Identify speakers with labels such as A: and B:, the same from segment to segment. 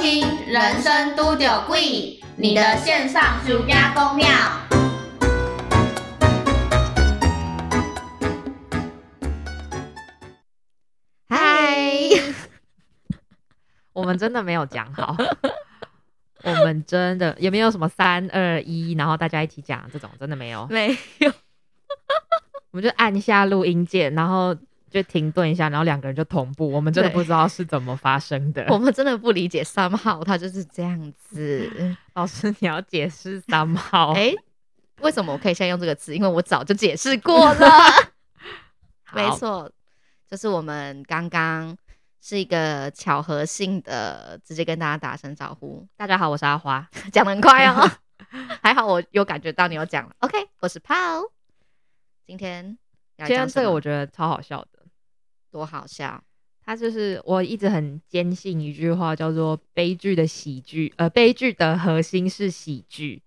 A: 听《人生都有贵》，你的线上暑假公庙。
B: 嗨， 我们真的没有讲好，我们真的也没有什么三二一，然后大家一起讲这种，真的没有，
C: 没
B: 我们就按下录音键，然后就停顿一下，然后两个人就同步，我们真的
C: 对
B: 不知道是怎么发生的。
C: 我们真的不理解三号，他就是这样子。
B: 老师，你要解释三 号？
C: 哎、为什么我可以现在用这个词？因为我早就解释过 了。
B: 好
C: 没，错，就是我们刚刚是一个巧合性的，直接跟大家打声招呼，
B: 大家好，我是阿花。
C: 讲的很快 哦。还好我有感觉到你有讲了。OK，我是 Paul。今天要
B: 今天
C: 讲什
B: 这个
C: 么
B: 我觉得超好笑的，
C: 多好笑，
B: 他就是我一直很坚信一句话，叫做“悲剧的喜剧”，呃，悲剧的核心是喜剧。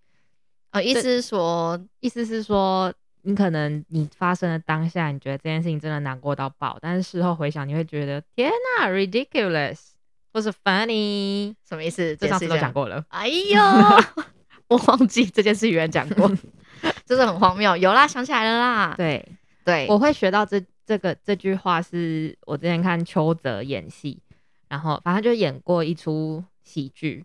C: 呃，意思是说
B: 意思是说，你可能你发生的当下，你觉得这件事情真的难过到爆，但是事后回想，你会觉得天呐 r i d i c u l o u s 或是 funny。
C: 什么意思？
B: 这
C: 解释
B: 上次
C: 一
B: 都
C: 下
B: 讲过了，
C: 哎呦， 我忘记这件事原来讲 过，就是很荒谬。有啦，想起来了啦。
B: 对，
C: 对，
B: 我会学到这这个这句话是我之前看邱泽演戏，然后反正就演过一出喜剧，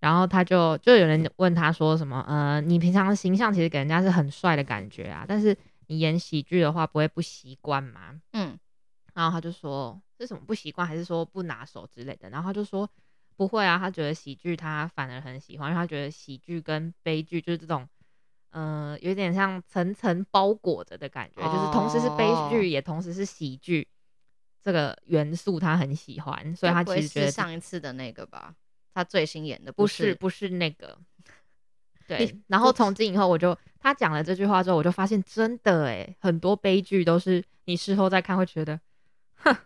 B: 然后他就就有人问他说什么呃，你平常形象其实给人家是很帅的感觉啊，但是你演喜剧的话不会不习惯吗？
C: 嗯，
B: 然后他就说是什么不习惯，还是说不拿手之类的。然后他就说不会啊，他觉得喜剧他反而很喜欢，因为他觉得喜剧跟悲剧就是这种，呃，有点像层层包裹着的感觉，就是同时是悲
C: 哦
B: 剧，也同时是喜剧这个元素，他很喜欢，所以他
C: 该不会
B: 其实觉
C: 是
B: 得
C: 上一次的那个吧，他最新演的
B: 不
C: 是
B: 是不是那个。对
C: 你，
B: 然后
C: 不
B: 从今以后，我就他讲了这句话之后，我就发现真的哎，很多悲剧都是你事后再看会觉得，哼，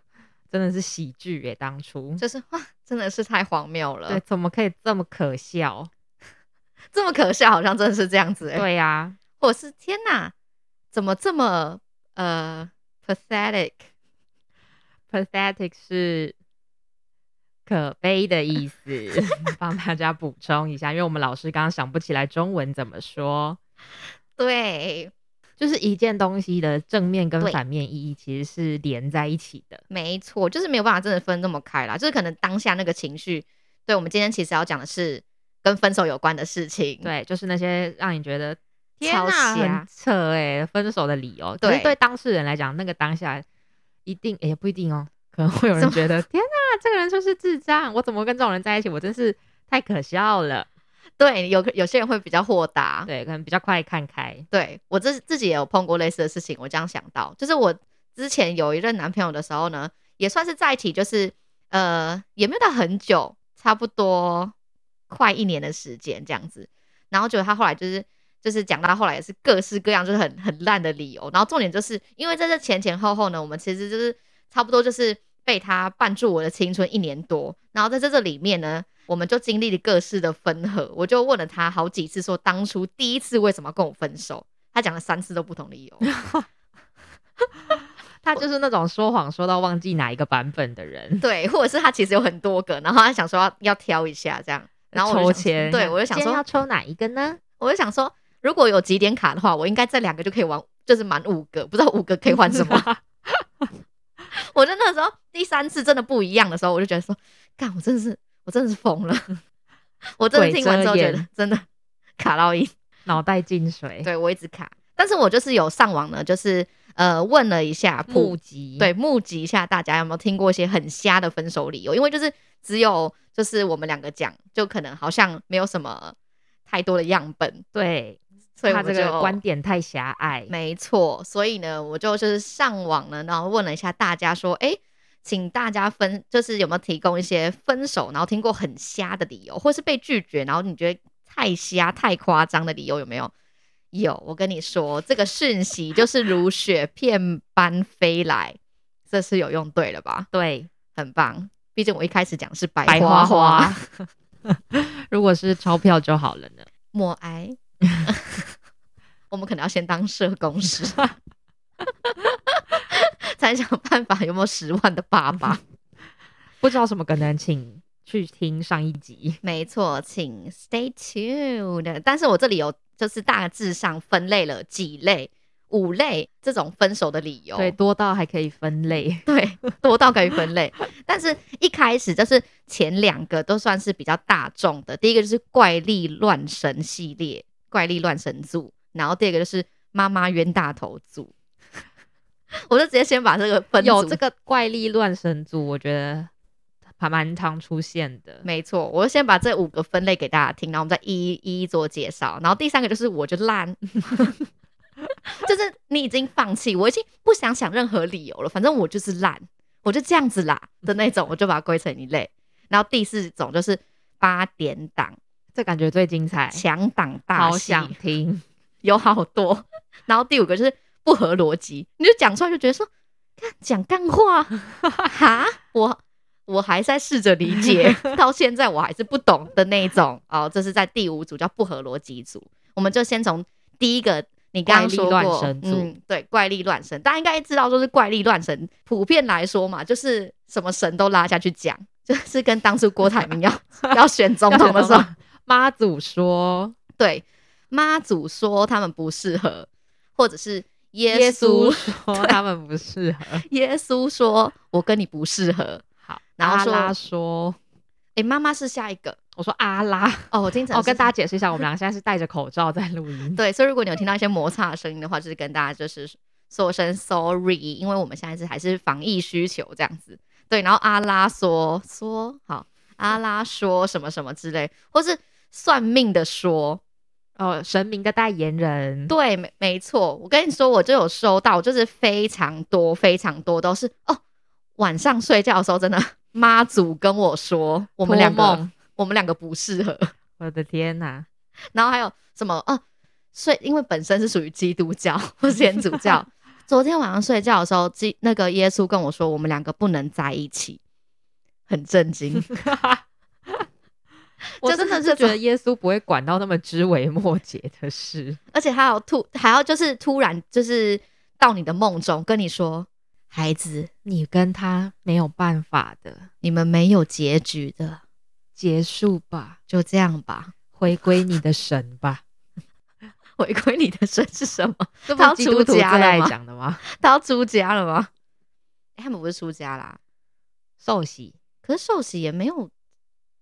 B: 真的是喜剧哎，当初
C: 就是哇，真的是太荒谬
B: 对，
C: 了，
B: 怎么可以这么可笑？
C: 这么可笑，好像真的是这样子、欸。，
B: 对啊呀、
C: 我是天哪，怎么这么呃 pathetic？
B: p a t h e t i c 是可悲的意 思，帮大家补充一下，因为我们老师刚刚想不起来中文怎么说，
C: 对，
B: 就是一件东西的正面跟
C: 对
B: 反面意义其实是连在一起的。
C: 没错，就是没有办法真的分那么开啦，就是可能当下那个情绪。对，我们今天其实要讲的是跟分手有关的事情。
B: 对，就是那些让你觉得
C: 嗯
B: 天
C: 超
B: 哪，
C: 瞎
B: 很扯哎、分手的理由。可是
C: 对
B: 对当事人来讲，那个当下一定也、不一定哦，可能会有
C: 怎
B: 人
C: 么
B: 觉得天哪，这个人就是智障，我怎么跟这种人在一起？我真是太可笑了。
C: 对，有有些人会比较豁达，
B: 对，可能比较快看开。
C: 对我自自己也有碰过类似的事情，我这样想到，就是我之前有一任男朋友的时候呢，也算是在一起，就是呃也没有到很久，差不多快一年的时间这样子。然后就他后来就是就是讲到后来也是各式各样，就是很很烂的理由。然后重点就是因为在这前前后后呢，我们其实就是差不多就是被他绊住我的青春一年多。然后在这这里面呢，我们就经历了各式的分合。我就问了他好几次，说当初第一次为什么要跟我分手？他讲了三次都不同理 由。
B: 他就是那种说谎说到忘记哪一个版本的人，
C: 对，或者是他其实有很多个，然后他想说要要挑一下这样。 然后我就
B: 抽
C: 想
B: 签。
C: 对我就想
B: 今天要
C: 说，
B: 抽哪一个呢？
C: 我就想说，如果有几点卡的话，我应该这两个就可以玩，就是满五个，不知道五个可以换什 么。我在那时候第三次真的不一样的时候，我就觉得说，干，我真的是，我真的是疯了。 我真的
B: 鬼
C: 听完
B: 遮
C: 之后觉
B: 眼
C: 得真的卡到音，
B: 脑袋进水，
C: 对我一直卡。但是我就是有上网呢，就是呃问了一下普
B: 目击，
C: 对，募集一下大家有没有听过一些很瞎的分手理由？因为就是只有就是我们两个讲，就可能好像没有什么太多的样本，
B: 对，
C: 所以我
B: 他
C: 们
B: 这
C: 就
B: 个观点太狭隘。
C: 没错。所以呢，我就就是上网呢，然后问了一下大家说，哎、请大家分就是有没有提供一些分手然后听过很瞎的理由，或是被拒绝，然后你觉得太瞎太夸张的理由有没有？有，我跟你说，这个讯息就是如雪片般飞来，这次有用对了吧？
B: 对，
C: 很棒。毕竟我一开始讲是白
B: 白
C: 花
B: 花花， 如果是钞票就好了呢。
C: 默哀。 我们可能要先当社工师， 才想办法有没有十万的爸爸。
B: 不知道什么可能，请去听上一集。
C: 没错，请 stay tuned。但是我这里有就是大致上分类了几类、五类这种分手的理由，
B: 对，多到还可以分类。
C: 对，多到可以分类。但是一开始就是前两个都算是比较大众的，第一个就是怪力乱神系列，怪力乱神组，然后第二个就是妈妈冤大头组。 我就直接先把这个分
B: 有
C: 组
B: 这个怪力乱神组，我觉得还蛮常出现的。
C: 没错，我就先把这五个分类给大家听，然后我们再一一一一做介绍。然后第三个就是我就烂， 就是你已经放弃，我已经不想想任何理由了，反正我就是烂，我就这样子啦的那种，我就把它归成一类。然后第四种就是八点档
B: 这感觉最精彩，
C: 强档大
B: 好
C: 戏，
B: 想听。
C: 有好多。然后第五个就是不合逻辑，你就讲出来就觉得说，看讲干话哈，我我还在试着理解，到现在我还是不懂的那一种哦。这是在第五组叫不合逻辑组，我们就先从第一个。你刚刚说
B: 怪力
C: 过
B: 乱神，组
C: 嗯，对，怪力乱神，大家应该知道，说是怪力乱神。普遍来说嘛，就是什么神都拉下去讲，就是跟当初郭台铭要 要选总统的时候，
B: 妈祖说
C: 对，妈祖说他们不适合，或者是耶
B: 耶稣
C: 稣
B: 说他们不适合，
C: 耶稣说我跟你不适合。
B: 好，
C: 然后
B: 阿
C: 说
B: 拉说，
C: 诶，妈妈是下一个
B: 我说阿拉，
C: 哦，我经常
B: 哦，跟大
C: 家
B: 家解释一下，我们俩现在是戴着口罩在录音。
C: 对，所以如果你有听到一些摩擦的声音的话，就是跟大家就是说声 sorry，因为我们现在是还是防疫需求这样子。对，然后阿拉说说好，阿拉说什么什么之类，或是算命的说，
B: 哦，神明的代言人，
C: 对，没没错，我跟你说，我就有收到，就是非常多非常多都是哦，晚上睡觉的时候真的妈祖跟我说，我们两
B: 托
C: 个
B: 梦
C: 我们两个不适合，
B: 我的天 哪、
C: 然后还有什么哦，睡因为本身是属于基督教或是天主 教，昨天晚上睡觉的时候，基那个耶稣跟我说，我们两个不能在一起，很震 惊，
B: 我
C: 就是
B: 真
C: 这
B: 的是觉
C: 种
B: 得耶稣不会管到那么枝微末节的事。
C: 而且还有突还要就是突然就是到你的梦中跟你说，孩子，
B: 你跟他没有办法的，
C: 你们没有结局的。
B: 结束吧，
C: 就这样吧。
B: 回归你的神吧。
C: 回归你的神是什么？
B: 这不
C: 他要
B: 是基督
C: 出
B: 徒
C: 家
B: 最
C: 了
B: 爱
C: 吗
B: 讲的吗？
C: 他要出家了吗？欸他们不是出家啦，
B: 受洗，
C: 可是受洗也没有，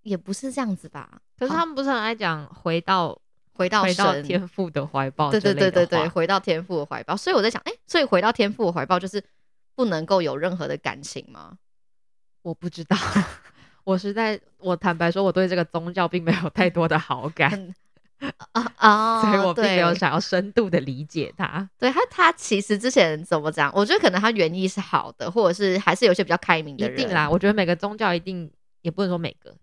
C: 也不是这样子吧？
B: 可是他们不是很爱讲回到
C: 回到
B: 回
C: 神，
B: 到天父的怀抱
C: 对对
B: 之类的
C: 对
B: 话？
C: 对对，回到天父的怀抱。所以我在想，哎、所以回到天父的怀抱就是不能够有任何的感情吗？
B: 我不知道。 我实在，我坦白说，我对这个宗教并没有太多的好感，
C: 嗯啊啊
B: 哎 所以我并没有
C: 对
B: 想要深度的理解它。
C: 对他，他其实之前怎么讲？我觉得可能他原意是好的，或者是还是有一些比较开明的
B: 一
C: 人。
B: 定啦，我觉得每个宗教一定，也不能说每个，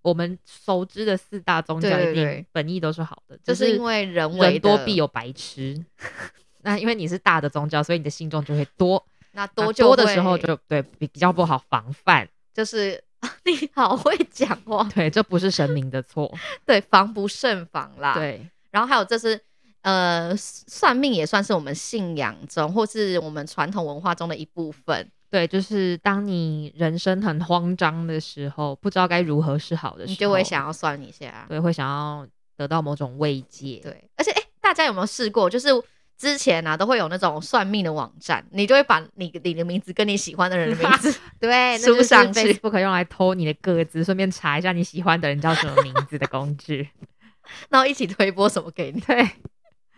B: 我们熟知的四大宗教
C: 对对
B: 一
C: 对
B: 定本意都是好的，
C: 就
B: 只
C: 是因为人为
B: 人多
C: 的
B: 必有白痴。 那因为你是大的宗教，所以你的信众就会多，
C: 那
B: 那
C: 多就
B: 啊多的时候
C: 会
B: 就对比比较不好防范。
C: 就是 你好会讲话，
B: 对，这不是神明的 错。
C: 对，防不胜防啦。，
B: 对，
C: 然后还有就是，呃，算命也算是我们信仰中或是我们传统文化中的一部分。
B: 对，就是当你人生很慌张的时候，不知道该如何是好的时候，
C: 你嗯就会想要算一下。
B: 对，会想要得到某种慰藉。
C: 对，而且哎、诶大家有没有试过？就是之前啊，都会有那种算命的网站，你就会把你你的名字跟你喜欢的人的 名字输
B: 对，哎那就是
C: 上去
B: Facebook 用来偷你的个子，顺便查一下你喜欢的人叫什么名字的工具。
C: 然后一起推播什么给你。
B: 对，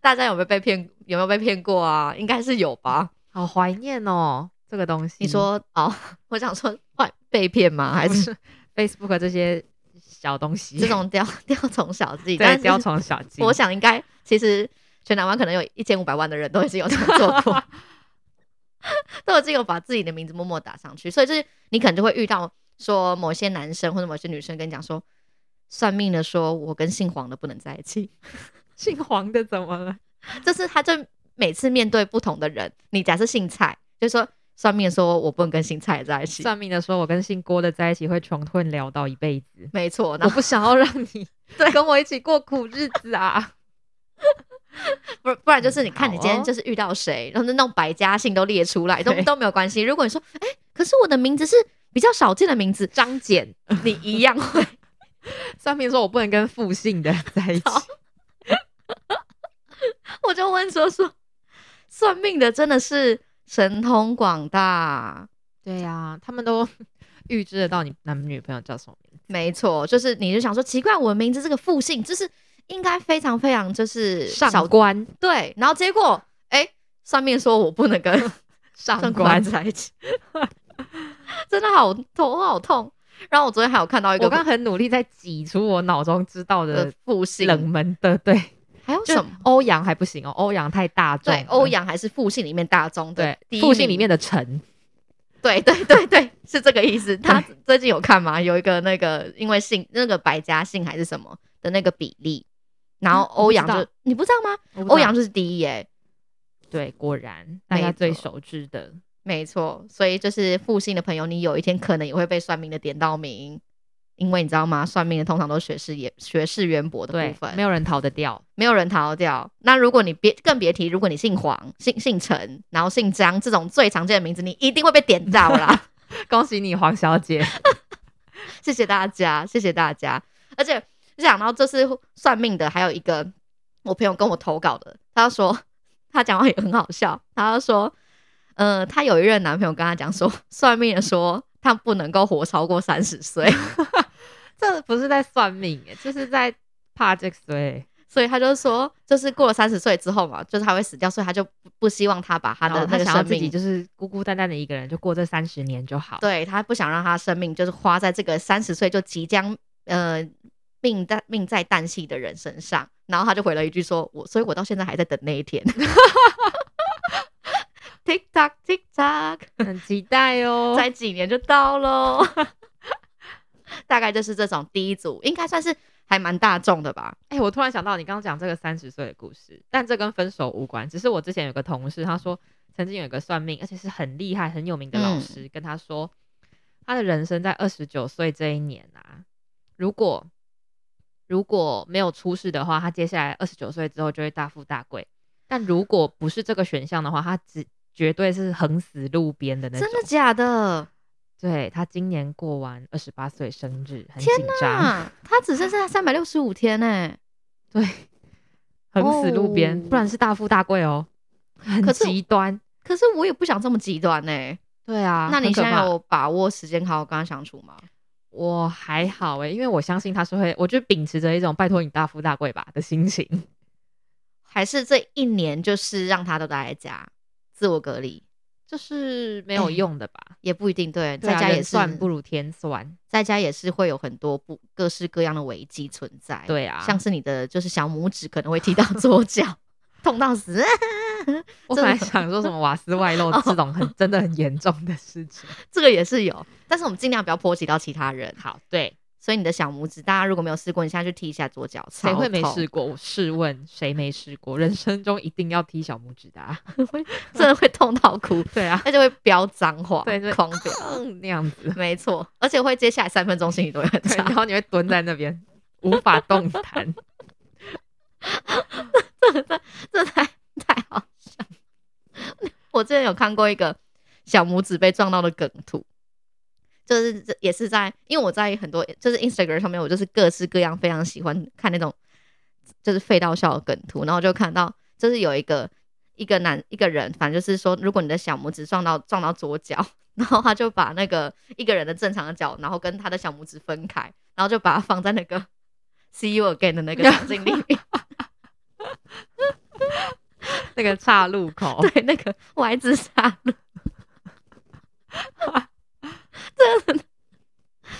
C: 大家有没有被骗？有没有被骗过啊？应该是有吧？
B: 好怀念哦，这个东西。
C: 你说
B: 嗯
C: 哦，我想说，坏被骗吗？还
B: 还
C: 是
B: 是 Facebook 这些小东西，
C: 这 种雕雕虫小技，
B: 对
C: 但是
B: 雕虫小技，
C: 我想应该其实全台湾可能有一千五百万的人都已经有这么做过， 都已经有把自己的名字默默打上去，所以就是你可能就会遇到说某些男生或者某些女生跟你讲说，算命的说我跟姓黄的不能在一起，
B: 姓黄的怎么 了？
C: 就是他就每次面对不同的人，你假设姓蔡，就说算命的说我不能跟姓蔡的在一起，
B: 算命的说，我跟姓郭的在一起会穷困潦倒一辈子，
C: 没错，然
B: 我
C: 后
B: 不想要让 你
C: 对
B: 跟我一起过苦日子啊！
C: 不不然就是你看
B: 好
C: 你今天
B: 哦
C: 就是遇到谁，然后就那种百家姓都列出来都
B: 对
C: 都没有关系。如果你说，哎、可是我的名字是比较少见的名字，
B: 张简，
C: 你一 样会。
B: 上面说我不能跟复姓的人在一 起，
C: 我就问说说，算命的真的是神通广大，
B: 对呀、他们都预知得到你男女朋友叫什么名字，
C: 没错，就是你就想说奇怪，我的名字是个复姓，就是应该非常非常就是少
B: 上官
C: 对，然后结果哎、上面说我不能 跟上
B: 上
C: 官
B: 官
C: 在一起， 真的好头好痛。然后我昨天还有看到一个
B: 我刚很努力在挤出我脑中知道
C: 呃
B: 的
C: 复姓，
B: 冷门的，对，
C: 还有
B: 就
C: 什么？
B: 欧阳还不行哦，欧阳太大众了，
C: 对，欧阳还是复姓里面大宗的
B: 对
C: 第一，
B: 复姓里
C: 名
B: 面的陈，
C: 对对对对， 是这个意 思。他最近有看吗？有一个那个因为姓那个百家姓还是什么的那个比例，然后
B: 嗯我
C: 欧
B: 不知
C: 阳就、
B: 道
C: 你不知道吗？
B: 我不知道
C: 欧阳就是第一耶，
B: 对，果然大
C: 没
B: 家最
C: 错
B: 熟知的，
C: 没错。所以就是复姓的朋友，你有一天可能也会被算命的点到名，因为你知道吗？算命的通常都是学识也学识渊博的
B: 对
C: 部分，，
B: 没有人逃得掉。
C: 没有人逃得掉。那如果你别更别提，如果你姓黄、姓姓陈，然后姓张这种最常见的名字，你一定会被点到啦。
B: 恭喜你，黄小 姐。
C: 谢谢大家，谢谢大家。而且想到这次算命的，还有一个我朋友跟我投稿的，他说 他讲话也很好笑，他就说，呃，他有一任男朋友跟他讲说， 算命的说他不能够活超过三十岁，
B: 这不是在算命耶，就是在怕这个衰，
C: 所以他就说，就是过了三十岁之后嘛，就是他会死掉，所以他就不不希望他把他
B: 然后
C: 的那
B: 哦他
C: 个
B: 想要
C: 生
B: 自己
C: 命。
B: 就是孤孤单单的一个人，就过这三十年就好。
C: 对他不想让他生命就是花在这个三十岁就即将呃命在命在旦夕的人身上，然后他就回了一句说：“我，所以我到现在还在等那一天。” Tick tock, tick tock，
B: 很期 待 哦。
C: 在几年就到喽。 大概就是这种第一组，应该算是还蛮大众的吧。
B: 哎、我突然想到你刚刚讲这个三十岁的故事，但这跟分手无关，只是我之前有个同事，他说曾经有一个算命，而且是很厉害、很有名的老
C: 嗯
B: 师，跟他说，他的人生在二十九岁这一年啊，如果如果没有出事的话，他接下来二十九岁之后就会大富大贵；但如果不是这个选项的话，他只绝对是横死路边的那种。
C: 真的假的？
B: 对他今年过完二十八岁生日，很
C: 天
B: 紧张，
C: 啊，他只剩下三百六十五天呢、欸
B: 对， 横死路边，
C: 哦
B: 不然是大富大贵哦，很
C: 可是
B: 极端。
C: 可是我也不想这么极端呢、
B: 对啊，
C: 那你
B: 很可
C: 现在
B: 怕
C: 有把握时间好好跟他相处吗？
B: 我还好诶、因为我相信他是会，我就秉持着一种拜托你大富大贵吧的心 情。
C: 还是这一年就是让他都待在家自我隔离，
B: 就是没有
C: 哎
B: 用的吧，
C: 也不一定对，
B: 对
C: 在
B: 啊
C: 家
B: 人
C: 也是
B: 算不如天算，
C: 在家也是会有很多不各式各样的危机存在，、
B: 对啊，
C: 像是你的就是小拇指可能会踢到 左脚，痛到死，
B: 我
C: 这
B: 本来
C: 种
B: 想说什么瓦斯外 漏这种很真的很严重的事情。
C: 这个也是有，但是我们尽量不要波及到其他人，
B: 好，对，
C: 所以你的小拇指，大家如果没有试过，你现在去踢一下左脚，
B: 谁会没
C: 超痛
B: 试？过？我试问谁没试过？人生中一定要踢小拇指的、啊，
C: 真的会痛到哭，
B: 对 啊，
C: 那就会飙脏话，
B: 对对
C: 狂 飙，
B: 嗯那样子，
C: 没错，而且会接下来三分钟心情都会很
B: 对
C: 差
B: 然。后你会蹲在那边 无法动 弹。
C: 这太太好笑了。我之前有看过一个小拇指被撞到的梗图，就是这也是在，因为我在很多就是 Instagram 上面，我就是各式各样非常喜欢看那种就是废到笑的梗图，然后我就看到就是有一个一个男一个人，反正就是说，如果你的小拇指撞到撞到左脚，然后他就把那个一个人的正常的脚，然后跟他的小拇指分开，然后就把它放在那个 See you again 的那个场景里面。
B: 那个岔路口，
C: 对，那个歪字杀戮，真的，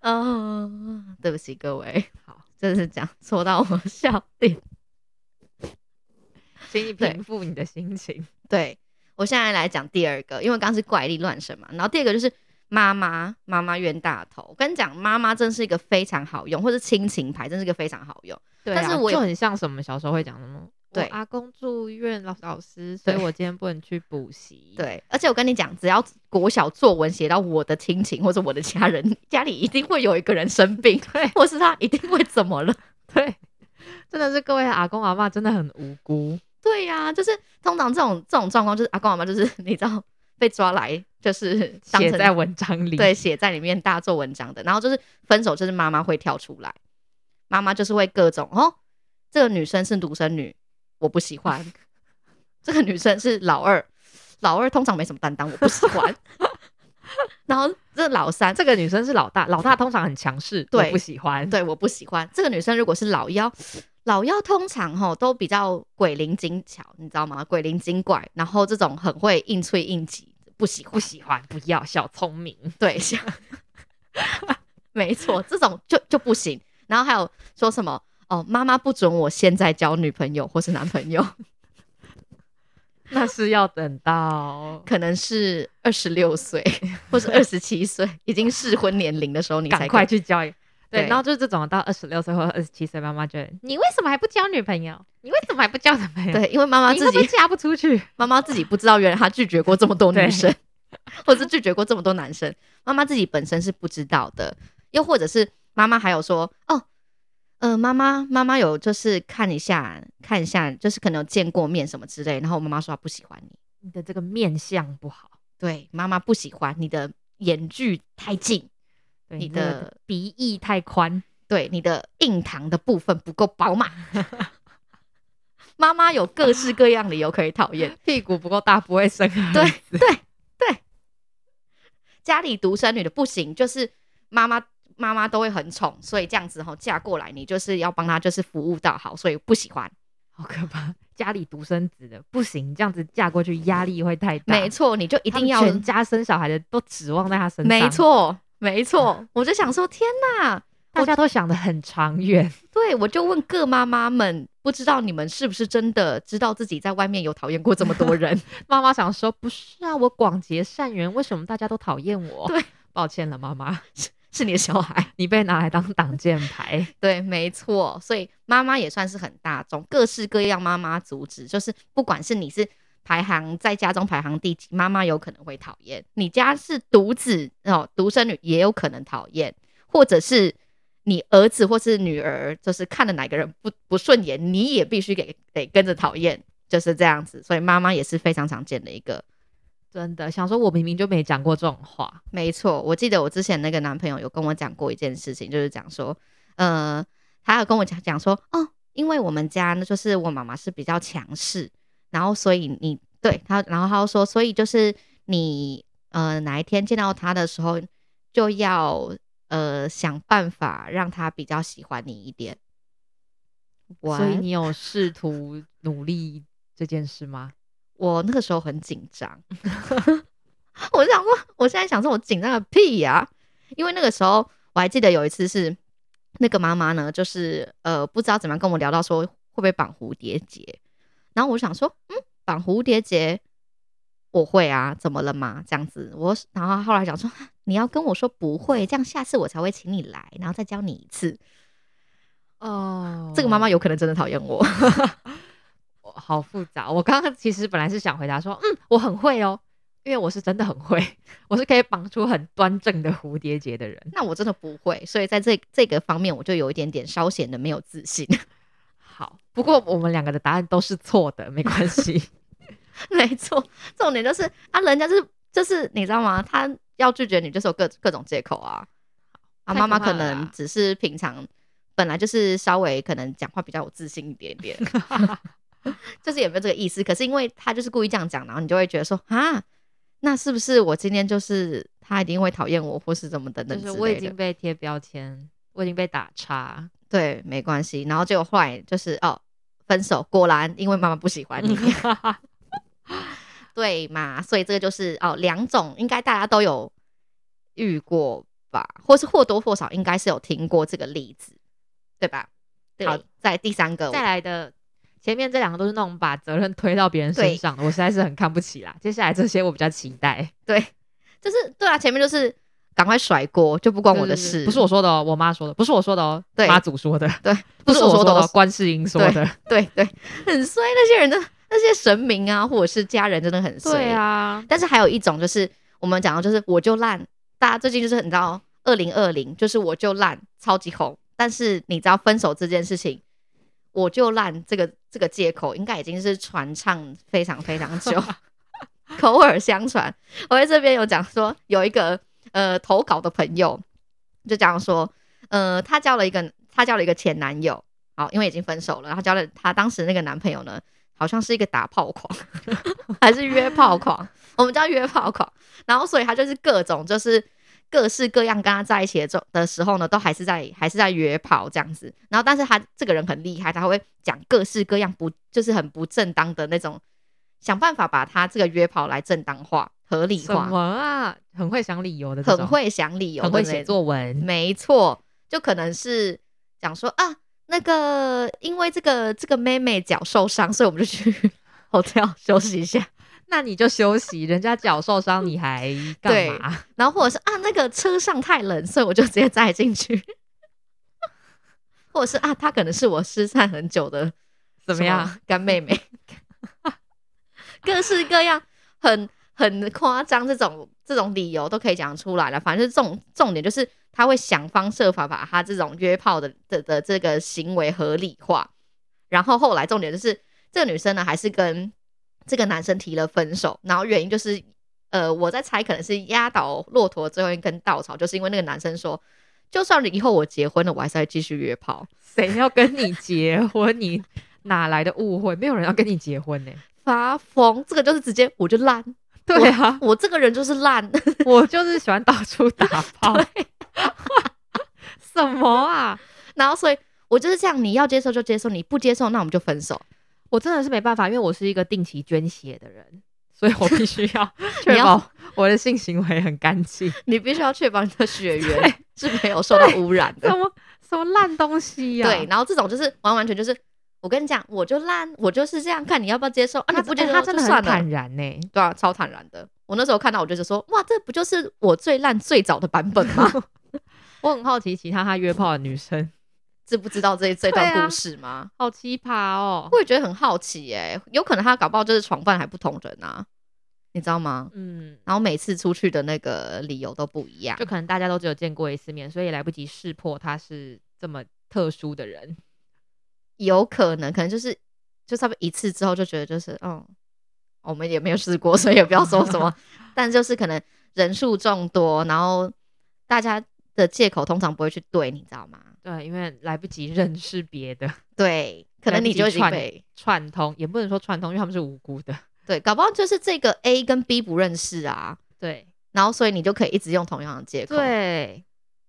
C: 嗯、对不起各位，
B: 好，
C: 真是这样说到我笑点。
B: 请你
C: 对
B: 平复你的心情。
C: 对我现在来讲第二个，因为刚刚是怪力乱神嘛，然后第二个就是妈妈，妈妈冤大头。我跟你讲，妈妈真是一个非常好用，或是亲情牌，真是一个非常好用。
B: 对
C: 但
B: 但
C: 是
B: 是
C: 我
B: 我
C: 也
B: 就很像什么小时候会讲什么，我
C: 对
B: 阿公住院老老师，所以
C: 对
B: 我今天不能去补习。，
C: 对，而且我跟你讲，只要国小作文写到我的亲情或者我的家人，家里一定会有一个人生病，
B: 对
C: 或是他一定会怎么了。
B: 对， 真的是各位阿公阿嬷真的很无辜。
C: 对呀、就是通常这种这种状况，就是阿公阿妈就是你知道被抓来，就是当
B: 写
C: 成
B: 在文章里。
C: 对，写在里面大做文章的。然后就是分手，就是妈妈会跳出来，妈妈就是会各种哦，这个女生是独生女，我不喜 欢；这个女生是老二，老二通常没什么担当，我不喜 欢。然后这老三，
B: 这个女生是老大，老大通常很强势，我
C: 对
B: 不喜欢。
C: 对，我不喜欢这个女生。如果是老妖，老妖通常吼都比较鬼灵精巧，你知道吗？鬼灵精怪，然后这种很会应催应急，不喜
B: 不
C: 欢。
B: 喜欢，不要小聪明。
C: 对象， 没错，这种就就不行。然后还有说什么哦，妈妈不准我现在交女朋友或是男朋友，
B: 那是要等到
C: 可能是二十六岁 或是二十七岁，已经适婚年龄的时候，你才可
B: 赶
C: 以
B: 快去交一。对，
C: 对
B: 然后就是这种到二十六岁或二十七岁，妈妈觉得你为什么还不交女朋友？你为什么还不交男朋友？
C: 对，因为妈妈
B: 你
C: 自
B: 会不
C: 己
B: 会嫁不出去。
C: 妈妈自己不知道，原来她拒绝过这么多女
B: 对
C: 生， 或者是拒绝过这么多男生，妈妈自己本身是不知道的。又或者是妈妈还有说，哦，呃，妈妈妈妈有就是看一下看一下，就是可能有见过面什么之类，然后妈妈说她不喜欢你，
B: 你的这个面相不好，
C: 对，妈妈不喜欢你的眼距太近，
B: 对
C: 你
B: 这个
C: 的
B: 鼻翼太宽，
C: 对，你的硬糖的部分不够饱满。 妈妈有各式各样理由可以讨厌，
B: 屁股不够大，不会生啊儿
C: 对
B: 子。
C: 对对，家里独生女的不行，就是妈妈妈妈都会很宠，所以这样子吼、嫁过来，你就是要帮她就是服务到好，所以不喜欢。
B: 好可怕！家里独生子的不行，这样子嫁过去压力会太大。
C: 没，错，你就一
B: 一
C: 定要
B: 全家生小孩的都指望在他身上。
C: 没，错没错，我就想说，天哪！
B: 大家都想得很长远。
C: 对，我就问各妈妈们，不知道你们是不是真的知道自己在外面有讨厌过这么多人？
B: 妈妈想说，不是啊，我广结善缘，为什么大家都讨厌我？
C: 对，
B: 抱歉了，妈妈，
C: 是你的小孩？
B: 你被拿来当挡箭牌。
C: 对，没错，所以妈妈也算是很大众，各式各样妈妈阻止，就是不管是你是排行在家中排行第几，妈妈有可能会讨厌；你家是独子哦，独生女也有可能讨厌，或者是你儿子或是女儿，就是看了哪个人不不顺眼，你也必须给得跟着讨厌，就是这样子。所以妈妈也是非常常见的一个。
B: 真的想说，我明明就没讲过这种话，
C: 没错，我记得我之前那个男朋友有跟我讲过一件事情，就是讲说，呃，他有跟我讲讲说，哦，因为我们家呢，就是我妈妈是比较强势，然后所以你对他，然后他又说，所以就是你呃哪一天见到他的时候，就要呃想办法让他比较喜欢你一点。我
B: 所以你有试图努力这件事吗？
C: 我那个时候很紧张， 我就想说，我现在想说，我紧张个屁呀、因为那个时候我还记得有一次是那个妈妈呢，就是呃不知道怎么样跟我聊到说会不会绑蝴蝶结，然后我想说，嗯，绑蝴蝶结我会啊，怎么了嘛？这样子，我然后后来想说，啊你要跟我说不会，这样下次我才会请你来，然后再教你一次。
B: 哦
C: 这个妈妈有可能真的讨厌我，
B: 好复杂。我刚刚其实本来是想回答说，嗯，我很会哦，因为我是真的很会， 我是可以绑出很端正的蝴蝶结的人。
C: 那我真的不会，所以在这这个方面我就有一点点稍显的没有自信。
B: 好，不过我们两个的答案都是错的，没关系。
C: 没错，重点就是啊，人家是就是你知道吗？他要拒绝你，就是有各各种借口啊。啊，
B: 太
C: 妈妈
B: 可怕
C: 可
B: 了
C: 能
B: 啦
C: 只是平常本来就是稍微可能讲话比较有自信一点 点，就是也没有这个意思。可是因为他就是故意这样讲，然后你就会觉得说啊，那是不是我今天就是他一定会讨厌我，或是怎么等等 之
B: 就是
C: 类的？
B: 我已经被贴标签，我已经被打 叉。
C: 对，没关系。然后结果后来就是哦，分手，果然因为妈妈不喜欢 你。对嘛？所以这个就是哦，两种应该大家都有遇过吧，或是或多或少应该是有听过这个例子，对吧？
B: 对
C: 好，在第三个，
B: 再来的前面这两个都是那种把责任推到别人身上的，我实在是很看不起啦。接下来这些我比较期待，
C: 对，就是对啊，前面就是赶快甩锅，就不 关我的
B: 对对
C: 事，
B: 对不是我说的哦，我妈说的，不是我说的哦，
C: 对
B: 妈祖说的，
C: 对，
B: 不是我说的哦，
C: 都是
B: 观世音说的，
C: 对对，很衰，那些人的那些神明啊，或者是家人，真的很衰。
B: 对啊，
C: 但是还有一种就是我们讲到就是我就烂，大家最近就是你知道，二零二零就是我就烂超级红，但是你知道分手这件事情，我就烂这个这个借口应该已经是传唱非常非常久，口耳相传。我在这边有讲说，有一个呃投稿的朋友就讲说，呃，她交了一个她交了一个前男友，好，因为已经分手了，然后交了她当时那个男朋友呢，好像是一个打炮狂， 还是约炮狂，我们叫约炮狂。然后所以她就是各种就是各式各样跟他在一起的时候的时候呢，都还是在还是在约炮这样子。然后但是他这个人很厉害，他会讲各式各样不就是很不正当的那种，想办法把他这个约炮来正当化、合理
B: 什
C: 化
B: 么，啊？很会想理由的这种，
C: 很会想理由，
B: 很会写作文，
C: 没错，就可能是讲说啊，那个因为这个这个妹妹脚受伤，所以我们就去 hotel 休息一下。
B: 那你就休息，人家脚受伤你还干
C: 对
B: 嘛？
C: 然后或者是啊，那个车上太冷，所以我就直接载进去。或者是啊，她可能是我失散很久的
B: 怎么样？
C: 什？干妹妹， 各式各样，很很夸张，这种这种理由都可以讲出来了。反正重重点就是他会想方设法把他这种约炮的的的这个行为合理化。然后后来重点就是这个女生呢，还是跟这个男生提了分手，然后原因就是。呃，我在猜，可能是压倒骆驼最后一根稻草，就是因为那个男生说，就算以后我结婚了，我还是会继续约炮。
B: 谁要跟你结婚？你哪来的误会？没有人要跟你结婚呢、
C: 发疯，这个就是直接我就烂，
B: 对啊，
C: 我这个人就是烂，
B: 我就是喜欢到处 打炮。什么啊？
C: 然后所以我就是这样，你要接受就接受，你不接受那我们就分手。
B: 我真的是没办法，因为我是一个定期捐血的人，所以我必须要 确
C: 要
B: 保我的性行为很干 净。
C: 你必须要确保你的 血缘是没有受到污染
B: 什
C: 的。
B: 么什么烂东西呀、
C: 对，，然后这种就是完完全就是，我跟你讲，我就烂，我就是这样，看你要不要接受啊？
B: 他哎
C: 你不接受、
B: 他真的
C: 算
B: 很坦
C: 了，
B: 然呢、
C: 对啊，超坦然的。我那时候看到，我就觉得说，哇，这不就是我最烂最早的版本吗？
B: 我很好奇其他他约炮的女生，
C: 知不知道这这
B: 对
C: 段
B: 啊
C: 故事吗？
B: 好奇葩哦。
C: 我也觉得很好奇耶、有可能他搞不好就是床伴还不同人啊，你知道吗？
B: 嗯，
C: 然后每次出去的那个理由都不一样
B: 就。可能大家都只有见过一次面，所以来不及识破他是这么特殊的人。
C: 有可能，可能就是嗯就差不多一次之后就觉得就是，嗯，我们也没有试过，所以也不要说 什么。但就是可能人数众多，然后大家的借口通常不会去对，你知道吗？
B: 对，因为来不及认识别的，
C: 对，可
B: 来
C: 能
B: 不
C: 你
B: 及
C: 就已经
B: 串欸
C: 被
B: 串通，也不能说串通，因为他们是无辜的。
C: 对，搞不好就是这个 A 跟 B 不认识啊，
B: 对
C: 然后所以你就可以一直用同样的借口。，
B: 对，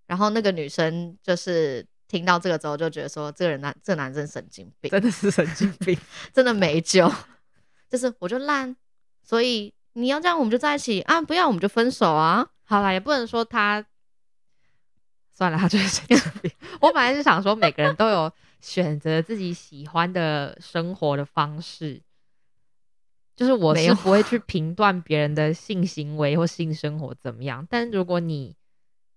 C: 然后那个女生就是听到这个之后就觉得说，这个人男这个男生神经病，
B: 真的是神经病。
C: 真的没救， 就是我就烂，所以你要这样我们就在一起啊，不要我们就分手啊。
B: 好啦，也不能说他。 算了，他就是神经病。 我本来是想说，每个人都有选择自己喜欢的生活的方式，就是我
C: 没
B: 是
C: 有
B: 不会去评断别人的性行为或性生活怎么样。但如果你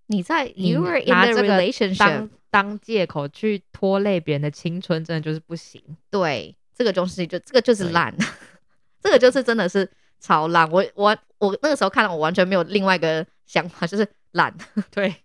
C: 你在
B: 你
C: you were in
B: 拿
C: the
B: 这个
C: relationship，
B: 当当借口去拖累别人的青春，真的就是不行。
C: 对，这个东西就这个就是
B: 对
C: 烂， 这个就是真的是超烂。我我我那个时候看了，我完全没有另外一个想法，就是烂，
B: 对，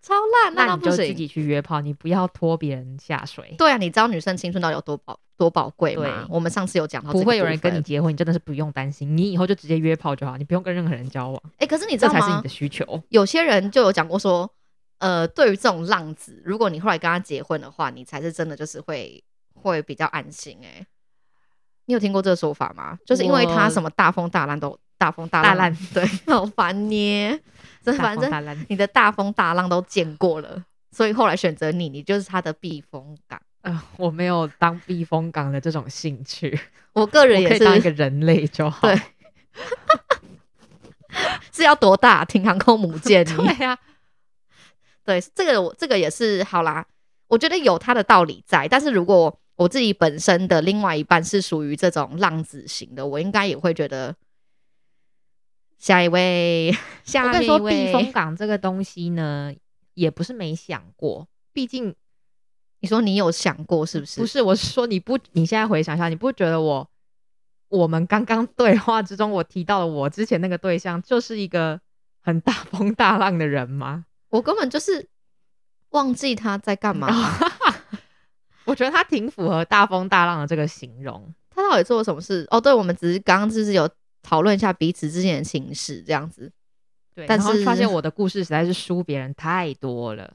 C: 超烂，烂
B: 那
C: 到
B: 你
C: 不
B: 就自
C: 行。
B: 己去约炮，你不要拖别人下水。
C: 对啊，你知道女生青春到底有多宝多宝贵吗
B: 对？
C: 我们上次有讲到这个
B: 不
C: 部分，
B: 会有人跟你结婚，你真的是不用担心。你以后就直接约炮就好，你不用跟任何人交往，
C: 哎、可是你知
B: 这
C: 道
B: 才是你
C: 吗
B: 的？需 求。
C: 有些人就有讲过说，呃，对于这种浪子，如果你后来跟他结婚的话，你才是真的就是会会比较安心、欸。你有听过这个说法吗？就是因为他
B: 我
C: 什么大风大浪都大风大浪，
B: 大烂
C: 对，好烦耶。这
B: 大
C: 反
B: 风
C: 正
B: 大烂，
C: 你的大风大浪都见过了，所以后来选择你，你就是他的避风港。
B: 呃，我没有当避风港的这种兴趣，
C: 我个人
B: 我可
C: 也
B: 以当一
C: 是，
B: 个人类就 好。
C: 对是要多大 挺航空母舰你？
B: 对啊呀，
C: 对，这个我这个也是好啦，我觉得有它的道理在。但是如果我自己本身的另外一半是属于这种浪子型的，我应该也会觉得下一位，
B: 我
C: 下
B: 跟你
C: 一
B: 说，
C: 位，
B: 避风港这个东西呢，也不是没想过，毕竟
C: 你说你有想过是不是？
B: 不是，我是说你不，你现在回想一下，你不觉得我我们刚刚对话之中，我提到了我之前那个对象就是一个很大 风大浪的人吗？
C: 我根本就是忘记他在干嘛，
B: 哦我觉得他挺符合大风大浪的这个形容。
C: 他到底做了什么事？哦，对，我们只是刚刚就是有讨论一下彼此之间的情事这样子。
B: 对，
C: 但
B: 然后
C: 是
B: 发现我的故事实在是输别人太多了。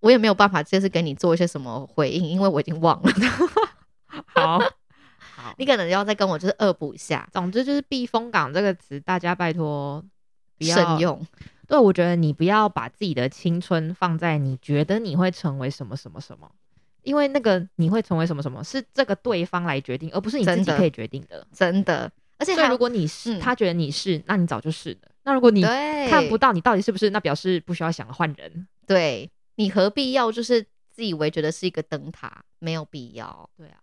C: 我也没有办法，就是跟你做一些什么回应，因为我已经忘了，
B: 好， 好，
C: 你可能要再跟我就是恶补一下，
B: 总之就是“避风港”这个词，大家拜托不要
C: 慎。用。
B: 对，我觉得你不要把自己的青春放在你觉得你会成为什么什么什么，因为那个你会成为什么什么是这个对方来决定，而不是你自
C: 真
B: 己
C: 的
B: 可以决定的。
C: 真的。而且
B: 所以
C: 还
B: 如果你是、
C: 嗯
B: 他觉得你是，那你早就是了。那如果你
C: 对
B: 看不到你到底是不是，那表示不需要想了换人。
C: 对你何必要就是自以为觉得是一个灯塔，没有必要。
B: 对啊，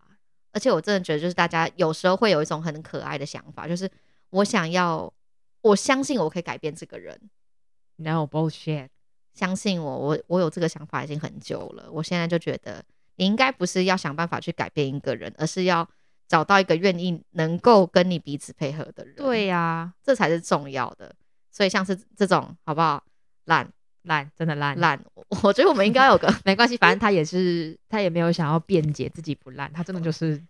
C: 而且我真的觉得，就是大家有时候会有一种很可爱的想法，就是我想要，我相信我可以改变这个人，
B: no bullshit。
C: 相信我，我我有这个想法已经很久了。我现在就觉得，你应该不是要想办法去改变一个人，而是要找到一个愿意能够跟你彼此配合的人。
B: 对呀、
C: 这才是重要的。所以像是这种，好不好？懒
B: 烂，真的烂。嗯
C: 懒，我我觉得我们应该有 个
B: 没关系，反正他也是，他也没有想要辩解自己不烂，他真的就是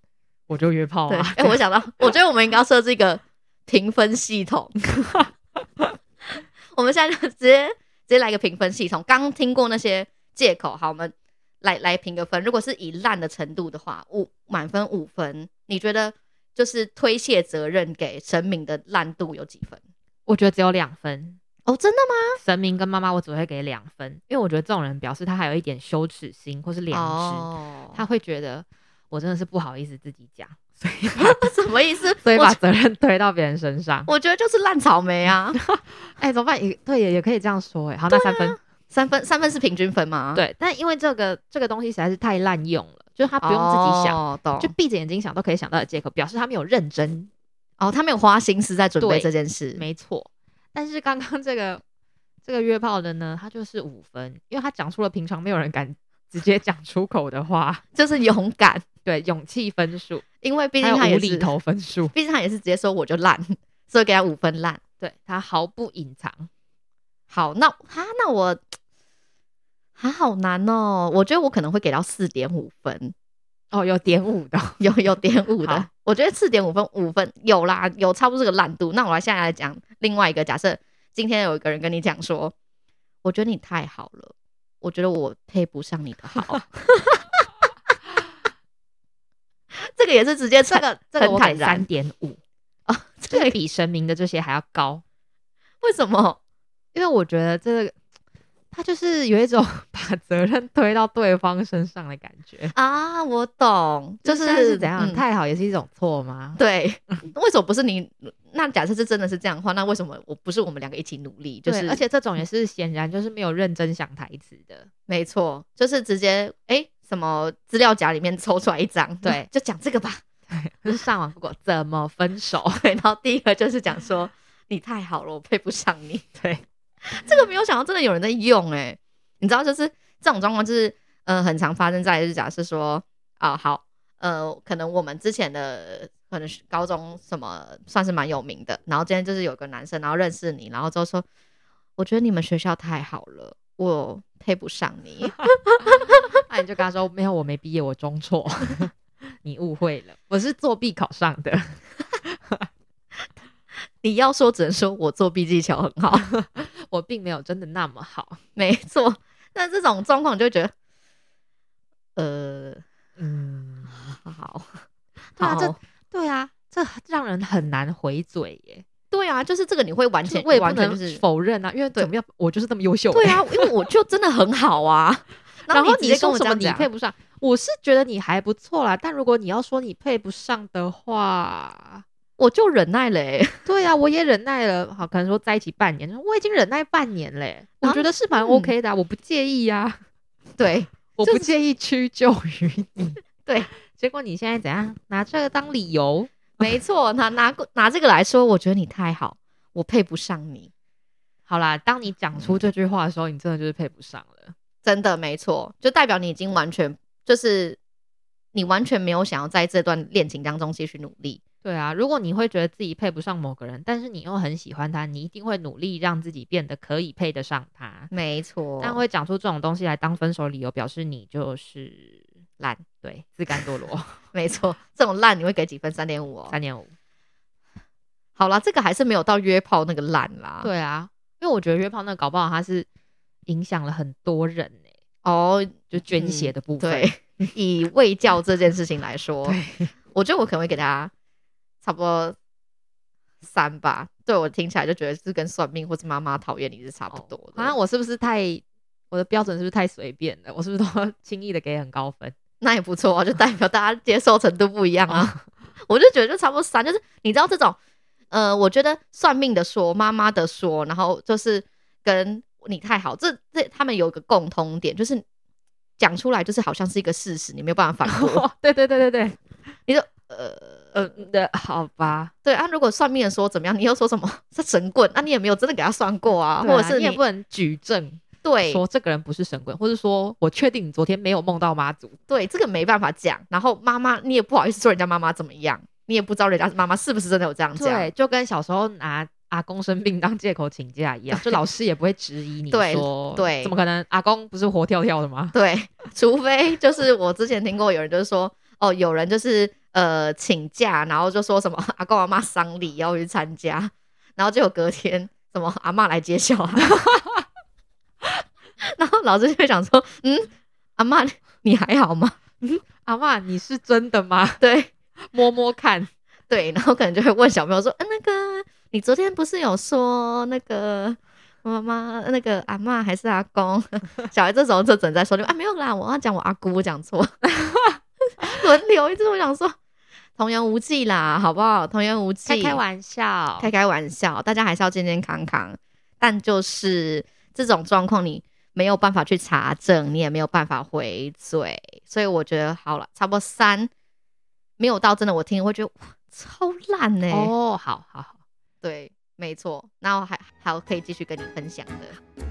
B: 我就约炮
C: 对，
B: 啊
C: 哎、。我想到，我觉得我们应该要设置一个评分系 统。我们现在就直接直接来一个评分系统。刚听过那些借口，好，我们来来评个分。如果是以烂的程度的话，五满分五分，你觉得就是推卸责任给神明的烂度有几分？
B: 我觉得只有两分，
C: 哦，真的吗？
B: 神明跟妈妈我只会给两分，因为我觉得这种人表示他还有一点羞耻心或是良知，
C: 哦，
B: 他
C: 他
B: 会觉得我真的是不好意思自己讲， 所以
C: 什么意思？
B: 所以
C: 我
B: 把
C: 觉
B: 责任推到别人身上。
C: 我觉得就是烂草莓啊，
B: 哎、怎么办？也对，也也可以这样说哎、好，那三分
C: 三分三分是平均分吗？，
B: 对，但因为这个这个东西实在是太滥用了，就是他不用自己想。
C: 哦、懂
B: 就闭着眼睛想都可以想到的借口，表示他没有认真
C: 哦，他没有花心思在准备
B: 对
C: 这件事，
B: 没错。但是刚刚这个这个约炮的呢，他就是五分，因为他讲出了平常没有人敢 直接讲出口的话，
C: 就是勇敢，
B: 对勇气分数，
C: 因为毕
B: 还
C: 竟
B: 有
C: 他也
B: 无
C: 是
B: 厘，头分数，
C: 毕竟他也是直接说我就烂，所以给他五分烂。
B: 对他毫不隐藏。
C: 好，那哈，那我还好难哦，我觉得我可能会给到四点五分，
B: 哦，有点五的，
C: 有有点五的
B: 好，
C: 我觉得四点五分五分有啦，有差不多这个烂度。那我来现在来讲另外一个，假设今天有一个人跟你讲说，我觉得你太好了，我觉得我配不上你的好。 这个也是直接这
B: 这个这个我给三点五，
C: 啊，
B: 这
C: 这
B: 个
C: 个
B: 比神明的这些还要高，
C: 为什么？
B: 因为我觉得这个他就是有一种 把责任推到对方身上的感觉。
C: 啊，我懂，就
B: 现在
C: 是
B: 是怎样、
C: 嗯
B: 太好也是一种错吗？
C: 对， 为什么不是你？那假设是真的是这样的话，那为什么我不是我们两个一起努力？就
B: 对
C: 是，
B: 而且这种也是显然就是没有认真想台词 的。
C: 没错，就是直接哎、诶什么资料夹里面抽出来一张，
B: 对
C: 就讲这个吧。
B: 就是上网 Google 怎么分 手，
C: 对，然后第一个就是讲说你太好了，我配不上你。
B: 对，
C: 这个没有想到真的有人在用哎、诶你知道就是这种状况就是呃很常发生在就是假设说啊好呃可能我们之前的可能是高中什么算是蛮有名的，然后今天就是有个男生然后认识你，然后之后说我觉得你们学校太好了，我配不上你。
B: 那你就跟他说没有，我没毕业，我中辍， 你误会了，我是作弊考上的。
C: 你要说只能说我作弊技巧很好。
B: 我并没有真的那么好。
C: 没错。那这种状况你就会觉得，呃，
B: 嗯，
C: 好，
B: 对啊这
C: 好
B: 对啊，这让人很难回嘴耶。
C: 对啊，就是这个你会完
B: 就是
C: 全
B: 我也不
C: 完全就
B: 能
C: 是
B: 否认啊，因为
C: 对
B: 怎么样，我就是这么优秀。欸
C: 对，啊，因为我就真的很好啊。
B: 然后
C: 你
B: 你
C: 直接跟
B: 说
C: 我
B: 什
C: 这
B: 么
C: 样
B: 你
C: 讲
B: 配不上，我是觉得你还不错啦。但如果你要说你配不上的话，
C: 我就忍耐了、欸，
B: 对啊，我也忍耐了，好，可能说在一起半年，我已经忍耐半年嘞、我
C: 然后
B: 觉得是蛮
C: 嗯
B: OK 的啊、我不介意呀、
C: 对，
B: 我
C: 就
B: 不
C: 是
B: 介意屈就于 你。
C: 对，
B: 结果你现在怎样拿这个当理由？
C: 没错，拿拿过拿这个来说，我觉得你太好，我配不上你，
B: 好啦，当你讲出这句话的时候，你真的就是配不上了。
C: 真的没错，就代表你已经完全就是你完全没有想要在这段恋情当中继续努力，
B: 对啊，如果你会觉得自己配不上某个人，但是你又很喜欢他，你一定会努力让自己变得可以配得上他。
C: 没错，
B: 但会讲出这种东西来当分手理由，表示你就是烂，对， 自甘堕落，
C: 没错，这种烂你会给几分？三点五哦，
B: 三点五。
C: 好啦，这个还是没有到约炮那个烂啦。，
B: 对啊，因为我觉得约炮那搞不好他是影响了很多人呢、
C: 哦，
B: 就捐血的部分。
C: 对，以卫教这件事情来说， 我觉得我可能会给他差不多三吧。对我听起来就觉得是跟算命或是妈妈讨厌你是差不多
B: 哦
C: 的。
B: 啊，我是不是太我的标准是不是太随便了？我是不是都 轻易的给很高 分？
C: 那也不错啊，就代表大家接受程度不一样啊。
B: 哦
C: 我就觉得就差不多三，就是你知道这种，呃，我觉得算命的说，妈妈的说，然后就是跟你太好，这这他们有一个共通点，就是讲出来就是好像是一个事实，你没有办法反 驳。
B: 哇，对对对对对，
C: 呃，
B: 呃，的好吧，
C: 对啊，如果算命的说怎么样，你又说什么 是神棍，啊那、你也没有真的给他算过啊，
B: 对啊
C: 或者是
B: 你也不能举证
C: 对
B: 说这个人不是神棍，或者说我确定你昨天没有梦到妈祖。
C: 对，这个没办法讲。然后妈妈你也不好意思说人家妈妈怎么样，你也不知道人家妈妈是不是真的有这样讲。
B: 对，就跟小时候拿阿公生病当借口请假一样，就老师也不会质疑 你
C: 对
B: 说，
C: 对
B: 怎么可能？阿公不是活跳跳的吗？
C: 对，除非就是我之前听过有人就是说，哦，有人就是呃请假，然后就说什么阿公阿妈丧礼要去参加，然后结果隔天什么阿妈来接小 孩， 然后老师就会想说，嗯，阿妈你还好吗？
B: 阿嬷，你是真的吗？
C: 对
B: 摸摸看，
C: 对，然后可能就会问小朋友说，嗯、那个你昨天不是有说那个？妈妈，那个阿妈还是阿公， 小孩这时候就只能在说你啊，没有啦，我要讲我阿姑，我讲错， 轮流一直我想说童言无忌啦，好不好？童言无忌，
B: 开开玩笑，
C: 开开玩笑，大家还是要健健康康。但就是这种状况，你没有办法去查证，你也没有办法回嘴，所以我觉得好了，差不多三，没有到真的，我听了会觉得哇，超烂呢、欸
B: 哦，好好好。
C: 对，没错。那我还还有可以继续跟你分享的。